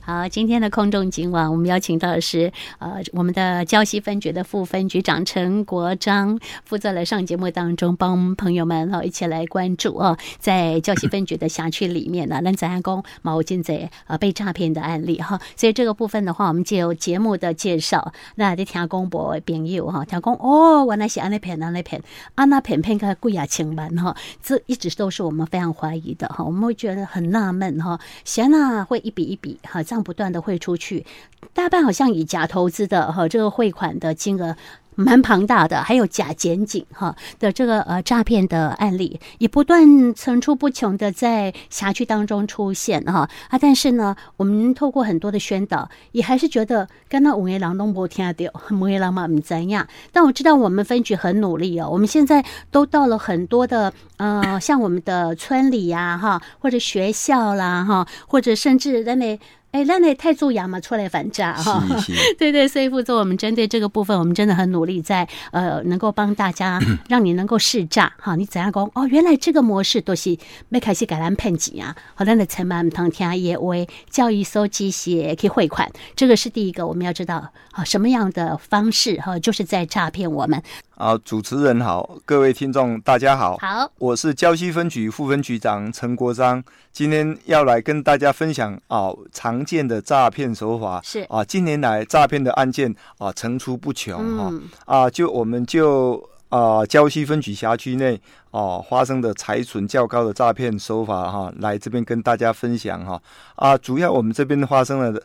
好，今天的空中今晚我们邀请到的是呃我们的胶西分局的副分局长陈国章，负责来上节目当中帮朋友们哦一起来关注哦，在胶西分局的辖区里面呢，咱咱讲毛巾贼呃被诈骗的案例哈、所以这个部分的话，我们借由节目的介绍，那得听广播的朋友哈，听讲哦，原来是安那骗安那骗，安那骗骗个贵啊千万哈，这一直都是我们非常怀疑的哈，我们会觉得很纳闷哈，钱呢会一笔一笔哈这样不断的汇出去，大半好像以假投资的哈这个汇款的金额。蛮庞大的，还有假检警哈的这个呃诈骗的案例，也不断层出不穷的在辖区当中出现哈啊！但是呢，我们透过很多的宣导，也还是觉得刚刚五爷郎东啊伯听到，五爷郎嘛唔怎样。但我知道我们分局很努力哦，我们现在都到了很多的呃，像我们的村里呀、哈，或者学校啦哈，或者甚至咱的哎，咱的太祖爷嘛出来反诈哈。 是是， 对对，所以副座，我们针对这个部分，我们真的很努力在，呃，能够帮大 家，让你能够试诈哈。你怎样讲？哦，原来这个模式都是没开始给咱骗钱啊，好，咱的成本唔通听也为教育收集些可以汇款，这个是第一个我们要知道啊，什么样的方式哈、就是在诈骗我们。啊，主持人好，各位听众大家好，好，我是胶西分局副分局长陈国章，今天要来跟大家分享啊常见的诈骗手法是啊，近年来诈骗的案件啊层出不穷哈、嗯，啊，就我们就啊胶西分局辖区内哦、发生的财损较高的诈骗手法哈、来这边跟大家分享哈啊主要我们这边发生了的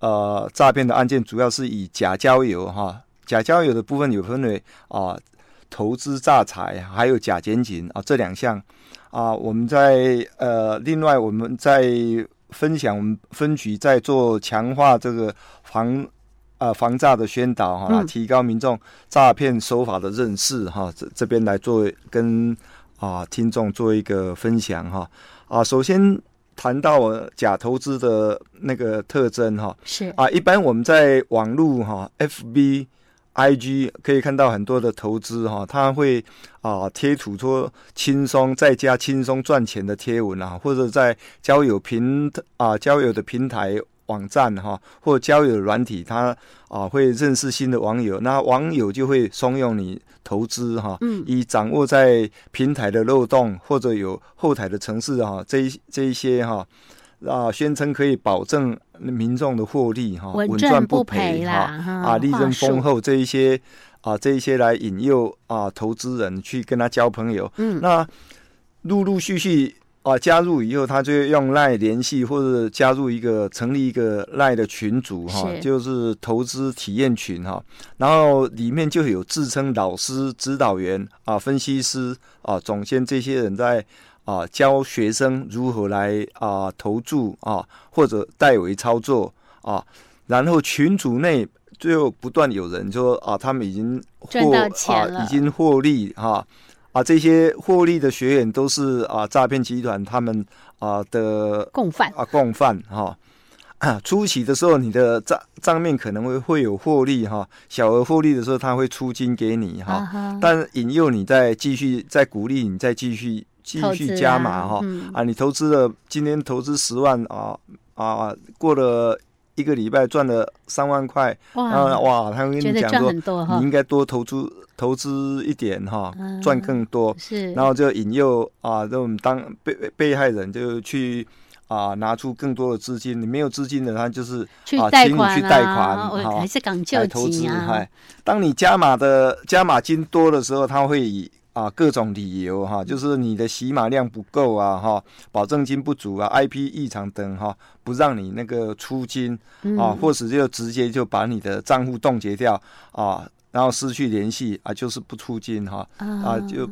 呃诈骗的案件，主要是以假交友哈、假交友的部分有分为啊投资诈财，还有假捡警啊这两项啊，我们在呃另外我们在分享我们分局在做强化这个防。啊防诈的宣导哈、嗯提高民众诈骗手法的认识哈、这这边来做跟啊听众做一个分享哈啊，首先谈到我假投资的那个特征哈、是，啊，一般我们在网络哈、FB、IG 可以看到很多的投资哈、它会啊贴图说轻松在家轻松赚钱的贴文啊，或者在交友平啊交友的平台网站哈、或交友软体，它啊会认识新的网友，那网友就会怂恿你投资哈、嗯，以掌握在平台的漏洞或者有后台的城市哈、这一这一些哈啊、宣称可以保证民众的获利哈、稳哦赚赚不不赔赔哈、啦，哈啊，利润丰，话术厚这一些啊，这一些来引诱啊投资人去跟他交朋友。嗯，那陆陆续续啊加入以后，他就会用赖联系或者加入一个成立一个赖的群组哈、是就是投资体验群哈、然后里面就有自称老师、指导员啊、分析师啊、总监这些人在。啊，教学生如何来啊投注啊，或者代为操作啊，然后群组内就不断有人说啊，他们已经获赚到钱了啊，已经获利哈啊这些获利的学员都是啊诈骗集团他们啊的共犯，啊共犯哈。 啊，初期的时候，你的账账面可能会会有获利哈，小额获利的时候，他会出金给你哈，啊哈但引诱你再继续，再鼓励你再继续继投续资加啊码哈、嗯啊，你投资了今天投资十万啊啊，过了一个礼拜赚了三万块，啊哇，哇，他会觉跟你得讲赚说很多哈你应，该多投资投资一点哈、嗯赚更多，是，然后就引诱啊这种当被被被害人就去。啊，拿出更多的资金，你没有资金的，他就是去啊贷请你款去啊，贷款我哈还是讲究来投资急。啊嗨，，当你加码的加码金多的时候，他会以啊各种理由哈，就是你的洗码量不够啊哈，保证金不足啊，IP 异常等哈，不让你那个出金啊，嗯或者就直接就把你的账户冻结掉啊，然后失去联系啊，就是不出金哈啊，就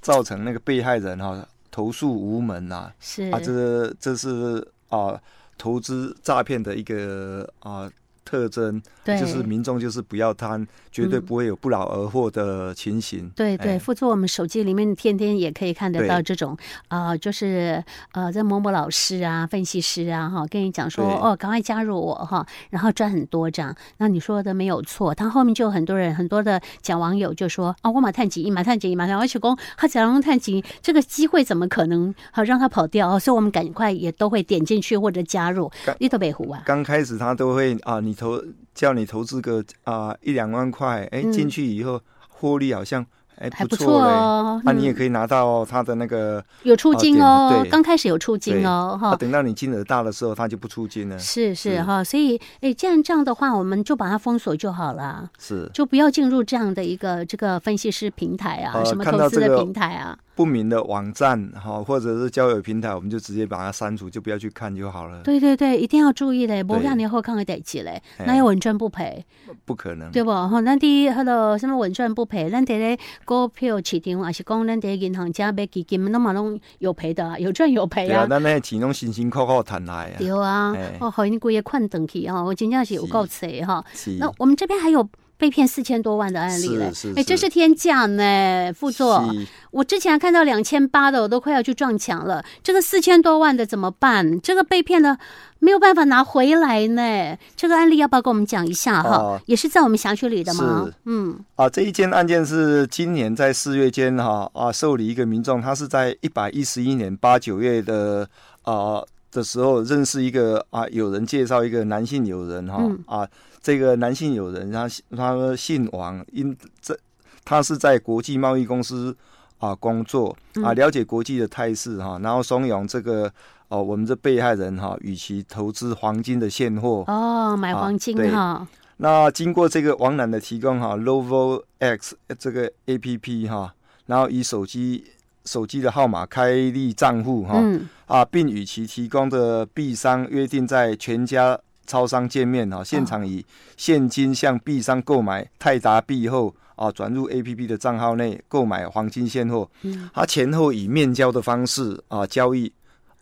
造成那个被害人哈、投诉无门呐、是啊啊，这这是啊投资诈骗的一个啊特征，对，就是民众就是不要贪，绝对不会有不劳而获的情形。对对，哎副座，我们手机里面天天也可以看得到对这种，呃，就是呃，这某某老师啊、分析师啊，哈，跟你讲说，对哦，赶快加入我哈，然后赚很多这样。那你说的没有错，他后面就有很多人，很多的讲网友就说，啊，我马探吉，马探吉，啊马探吉，公，他讲龙探吉，这个机会怎么可能好让他跑掉？哦所以我们赶快也都会点进去或者加入赶立头北湖啊，刚开始他都会啊，你投叫你投资个啊一两万块，哎，嗯进去以后获利好像哎还不错错嘞，啊哦，那你也嗯可以拿到他的那个，有出啊金点子哦，对刚开始有出金对哦，哈啊，，等到你金额大的时候，他就不出金了。是是是哈，所以诶，既然这样的话，我们就把它封锁就好了，是就不要进入这样的一个这个分析师平台啊，呃什么看到投资这的个嗯平台啊，不明的网站哈、或者是交友平台，我们就直接把它删除，就不要去看就好了。对对对，一定要注意嘞，不对让你后抗的代志嘞，哎嗯那要稳赚不赔，不可能。对不？吼，咱伫迄落什么稳赚不赔，咱伫咧股票市场，还是讲咱伫银行家买基金，那么拢有赔的啊，有赚有赔对啊啊，。咱那些钱拢辛辛苦苦赚来啊对，啊哎，哦，好，你规个困等去哦哈，我真正是有够贼哈。是那我们这边还有被骗四千多万的案例嘞嗯是是，哎，是这是天价呢，副座。是我之前还看到两千八的，我都快要去撞墙了。这个四千多万的怎么办？这个被骗的没有办法拿回来呢。这个案例要不要跟我们讲一下哈？哦也是在我们辖区里的吗是？嗯，啊，这一件案件是今年在四月间哈啊受理一个民众，他是在一百一十一年八九月的啊的时候认识一个啊有人介绍一个男性友人哈、嗯啊，这个男性友人他他姓王，因这他是在国际贸易公司啊工作嗯啊，了解国际的态势哈，然后怂恿这个哦、我们这被害人哈、与其投资黄金的现货哦，买啊黄金对哈，那经过这个王楠的提供哈，Lovo X 这个 A P P 哈，然后以手机手机的号码开立账户哈、嗯，啊，并与其提供的币商约定在全家超商见面啊哈，现场以现金向币商购买泰达币后啊，转入 A P P 的账号内购买黄金现货，嗯他前后以面交的方式啊交易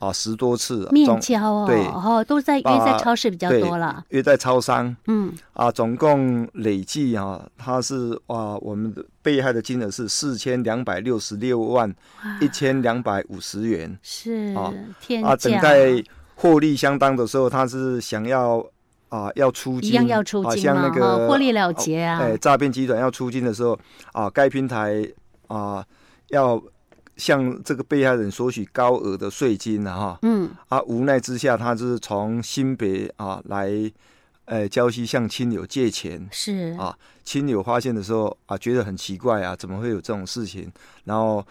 啊十多次，面总交哦，对哦，都在约在啊超市比较对多了。约在超商。嗯，啊，总共累计啊，它是啊，我们的被害的金额是四千两百六十六万一千两百五十元是啊天啊。等价，待获利相当的时候，他是想要啊要出一金，样要出啊，金像嘛，那哦个获利了结啊。哎，诈骗集团要出金的时候啊，该平台啊要向这个被害人索取高额的税金啊哈。嗯，啊，无奈之下，他就是从新北啊来，呃，礁溪向亲友借钱。是啊亲友发现的时候啊，觉得很奇怪啊，怎么会有这种事情？然后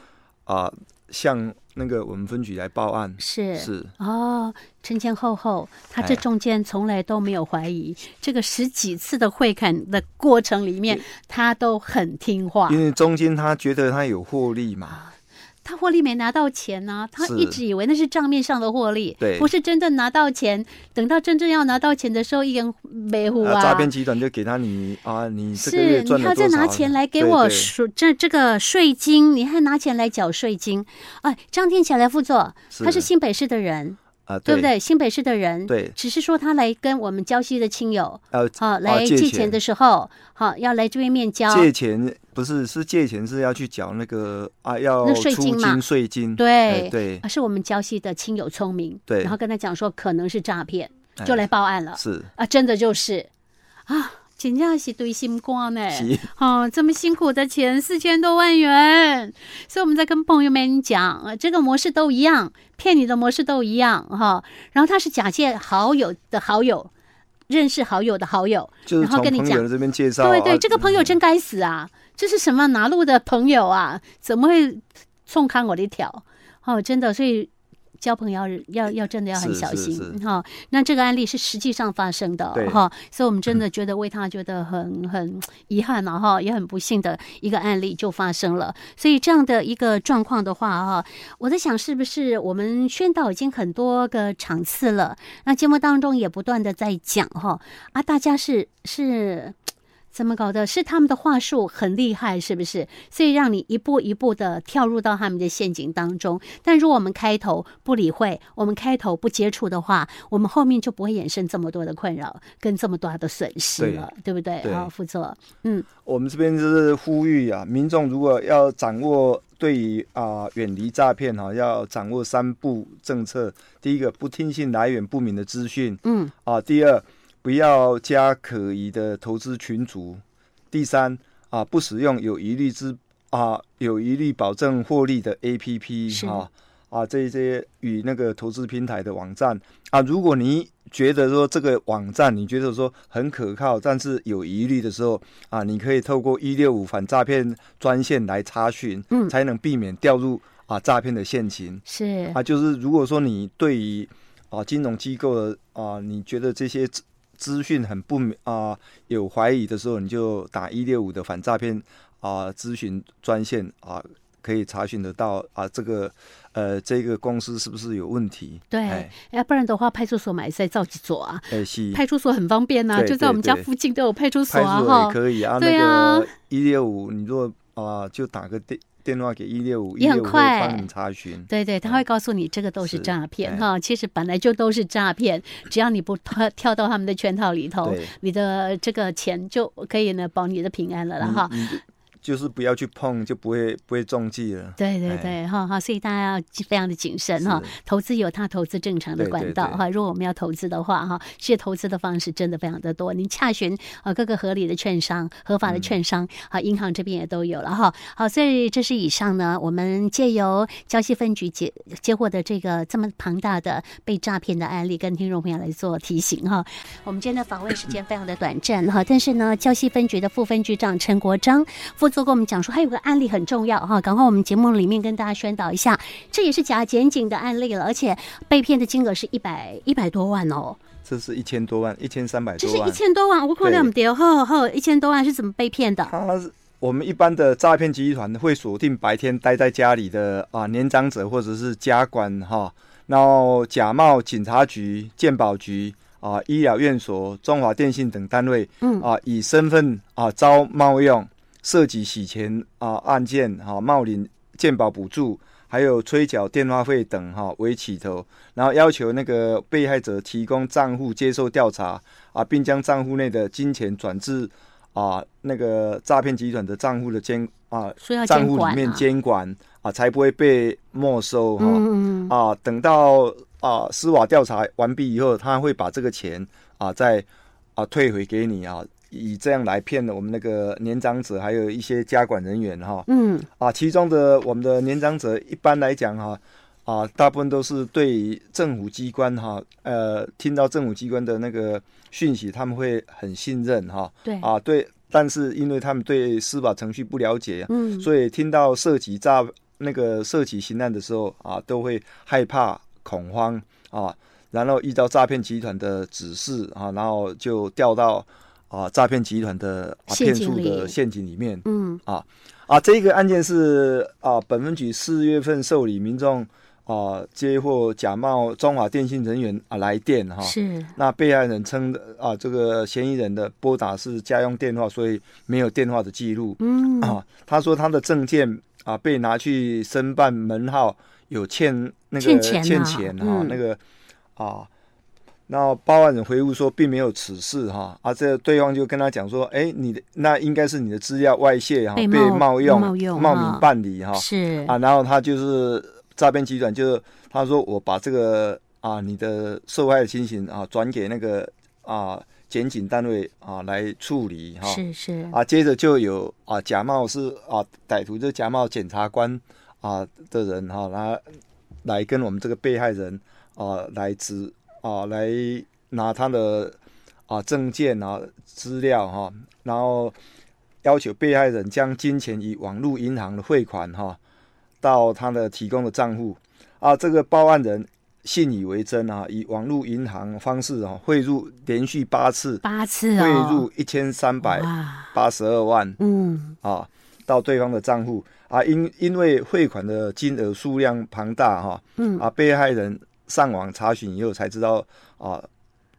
啊，向那个我们分局来报案。是是哦，前前后后，他这哎中间从来都没有怀疑，这个十几次的会砍的过程里面，他都很听话因。为中间他觉得他有获利嘛，他获利没拿到钱呢、他是一直以为那是账面上的获利，对不是真的拿到钱。等到真正要拿到钱的时候，一人没糊啊，啊。诈骗集团就给他你啊，你这个是，月你赚还了要再多少？拿钱来给对我对税，这这个税金，你还拿钱来缴税金？哎，这样听起来，副座他是是新北市的人，啊，对不？对？新北市的人，对只是说他来跟我们礁溪的亲友，呃，好、来借借钱的时候，好、要来这边面交，借钱不是是借钱是要去缴那个啊，要那出税金嘛金税金。对哎对啊，是我们礁溪的亲友聪明，对然后跟他讲说可能是诈骗，哎就来报案了、是啊，真的就是啊。真正是堆心肝呢，是哦，这么辛苦的钱四千多万元，所以我们在跟朋友们讲，呃这个模式都一样，骗你的模式都一样哈、然后他是假借好友的好友，认识好友的好友，就是然后从跟你朋讲友这边介绍啊，对对，这个朋友真该死啊！这是什么拿路的朋友啊？怎么会冲康我的一条？哦，真的，所以交朋友要要要真的要很是小是心是哈、那这个案例是实际上发生的对哈、所以我们真的觉得为他觉得很 很遗憾了、哈，也很不幸的一个案例就发生了。所以这样的一个状况的话哈，我在想是不是我们宣导已经很多个场次了，那节目当中也不断的在讲哈啊，大家是是怎么搞的？是他们的话术很厉害，是不是？所以让你一步一步的跳入到他们的陷阱当中。但如果我们开头不理会，我们开头不接触的话，我们后面就不会衍生这么多的困扰跟这么大的损失了，对不对？对啊，副座，我们这边就是呼吁啊，民众如果要掌握对于啊远离诈骗哈、要掌握三步政策：第一个，不听信来源不明的资讯；嗯啊，第二，不要加可疑的投资群组；第三，啊，不使用有疑虑之啊有疑虑保证获利的 A P P 是哈啊这一些与那个投资平台的网站啊，如果你觉得说这个网站你觉得说很可靠，但是有疑虑的时候啊，你可以透过一六五反诈骗专线来查询，嗯才能避免掉入啊诈骗的陷阱。是啊，就是如果说你对于啊金融机构的啊，你觉得这些资资讯很不明啊有怀疑的时候，你就打一六五的反诈骗啊咨询专线啊，可以查询得到啊这个呃这个公司是不是有问题？对哎，要不然的话，派出所买菜造几座啊？哎是派出所很方便呐、啊对就在我们家对对附近都有派出所派啊，出哈所也。可以啊，对啊那个一六五，你如果啊就打个电电话给一六五，一也很六五会快帮你查询。对对，他会告诉你这个都是嗯是诈骗哎哈，其实本来就都是诈骗，只要你不跳跳到他们的圈套里头对，你的这个钱就可以呢保你的平安了了你哈。你就是不要去碰，就不会不会中计了。对对哎对，哈哈，所以大家要非常的谨慎哈是。投资有它投资正常的对管对道对哈。如果我们要投资的话哈，其实投资的方式真的非常的多。您洽询呃各个合理的券商、合法的嗯券商啊，银行这边也都有了哈。好，所以这是以上呢，我们借由交西分局接接获的这个这么庞大的被诈骗的案例，跟听众朋友来做提醒哈。我们今天的访问时间非常的短暂哈，但是呢，交西分局的副分局长陈国章副座跟我们讲说，还有个案例很重要哈，赶快我们节目里面跟大家宣导一下，这也是假检警的案例了，而且被骗的金额是一百一百多万哦，这是一千多万，一千三百这多是万。一千多万，我看对两丢，吼吼，一千多万是怎么被骗的？他是我们一般的诈骗集团会锁定白天待在家里的啊年长者或者是家管哈，然后假冒警察局、鉴保局啊、医疗院所、中华电信等单位，嗯啊，以身份啊遭冒用，涉及洗钱啊案件哈、冒领鉴保补助。还有催缴电话费等哈、为起头，然后要求那个被害者提供账户接受调查啊，并将账户内的金钱转至啊那个诈骗集团的账户的监啊说要账监户管里面啊，监管啊，才不会被没收哈、嗯嗯嗯，啊。等到啊司法调查完毕以后，他会把这个钱啊再啊退回给你啊，以这样来骗我们那个年长者还有一些家管人员哈、嗯啊，其中的我们的年长者一般来讲哈、啊，大部分都是对于政府机关哈、呃，听到政府机关的那个讯息，他们会很信任哈对，啊对，但是因为他们对司法程序不了解，嗯，所以听到涉及诈那个涉及刑案的时候啊，都会害怕恐慌啊，然后遇到诈骗集团的指示啊，然后就掉到啊诈骗集团的、啊、陷骗阱术的里陷阱里面。嗯啊，这个案件是啊，本分局四月份受理民众啊接获假冒中华电信人员啊来电哈、是那被害人称啊这个嫌疑人的拨打是家用电话，所以没有电话的记录、嗯啊。他说他的证件啊被拿去申办门号，有欠那个欠钱啊欠钱哈、嗯那个啊。那报案人回复说，并没有此事哈啊，这对方就跟他讲说，哎，你的那应该是你的资料外泄哈，被被冒冒用、冒用哈名办理哈嗯是啊，然后他就是诈骗集团，就是他说我把这个啊你的受害的情形啊转给那个啊检警单位啊来处理哈，是是，啊，接着就有啊假冒是啊歹徒就假冒检察官啊的人哈、然后来跟我们这个被害人啊来指啊来拿他的啊证件啊资料哈、然后要求被害人将金钱以网络银行的汇款哈、到他的提供的账户啊，这个报案人。信以为真啊，以网络银行方式啊汇入连续八次，八次汇哦，入一千三百哇，八十二万嗯啊到对方的账户啊，因因为汇款的金额数量庞大哈嗯啊，被害人上网查询以后才知道啊，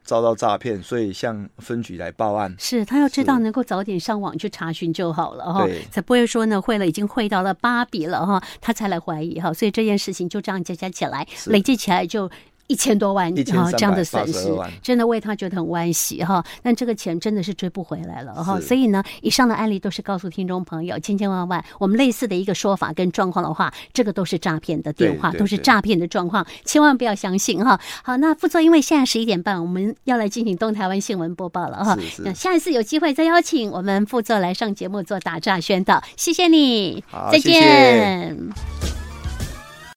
遭到诈骗，所以向分局来报案。是他要知道嗯是能够早点上网去查询就好了哈对，才不会说呢会了已经会到了八笔了哈，他才来怀疑哈，所以这件事情就这样加加起来，是累计起来就。一千多万1382哈，这样的损失万，真的为他觉得很惋惜哈。但这个钱真的是追不回来了哈。是所以呢，以上的案例都是告诉听众朋友，千千万万，我们类似的一个说法跟状况的话，这个都是诈骗的电话，对对都是对诈骗的状况，千万不要相信哈。好，那副座，因为现在十一点半，我们要来进行东台湾新闻播报了哈。是是那下一次有机会再邀请我们副座来上节目做打诈宣导，谢谢你，好再谢谢见。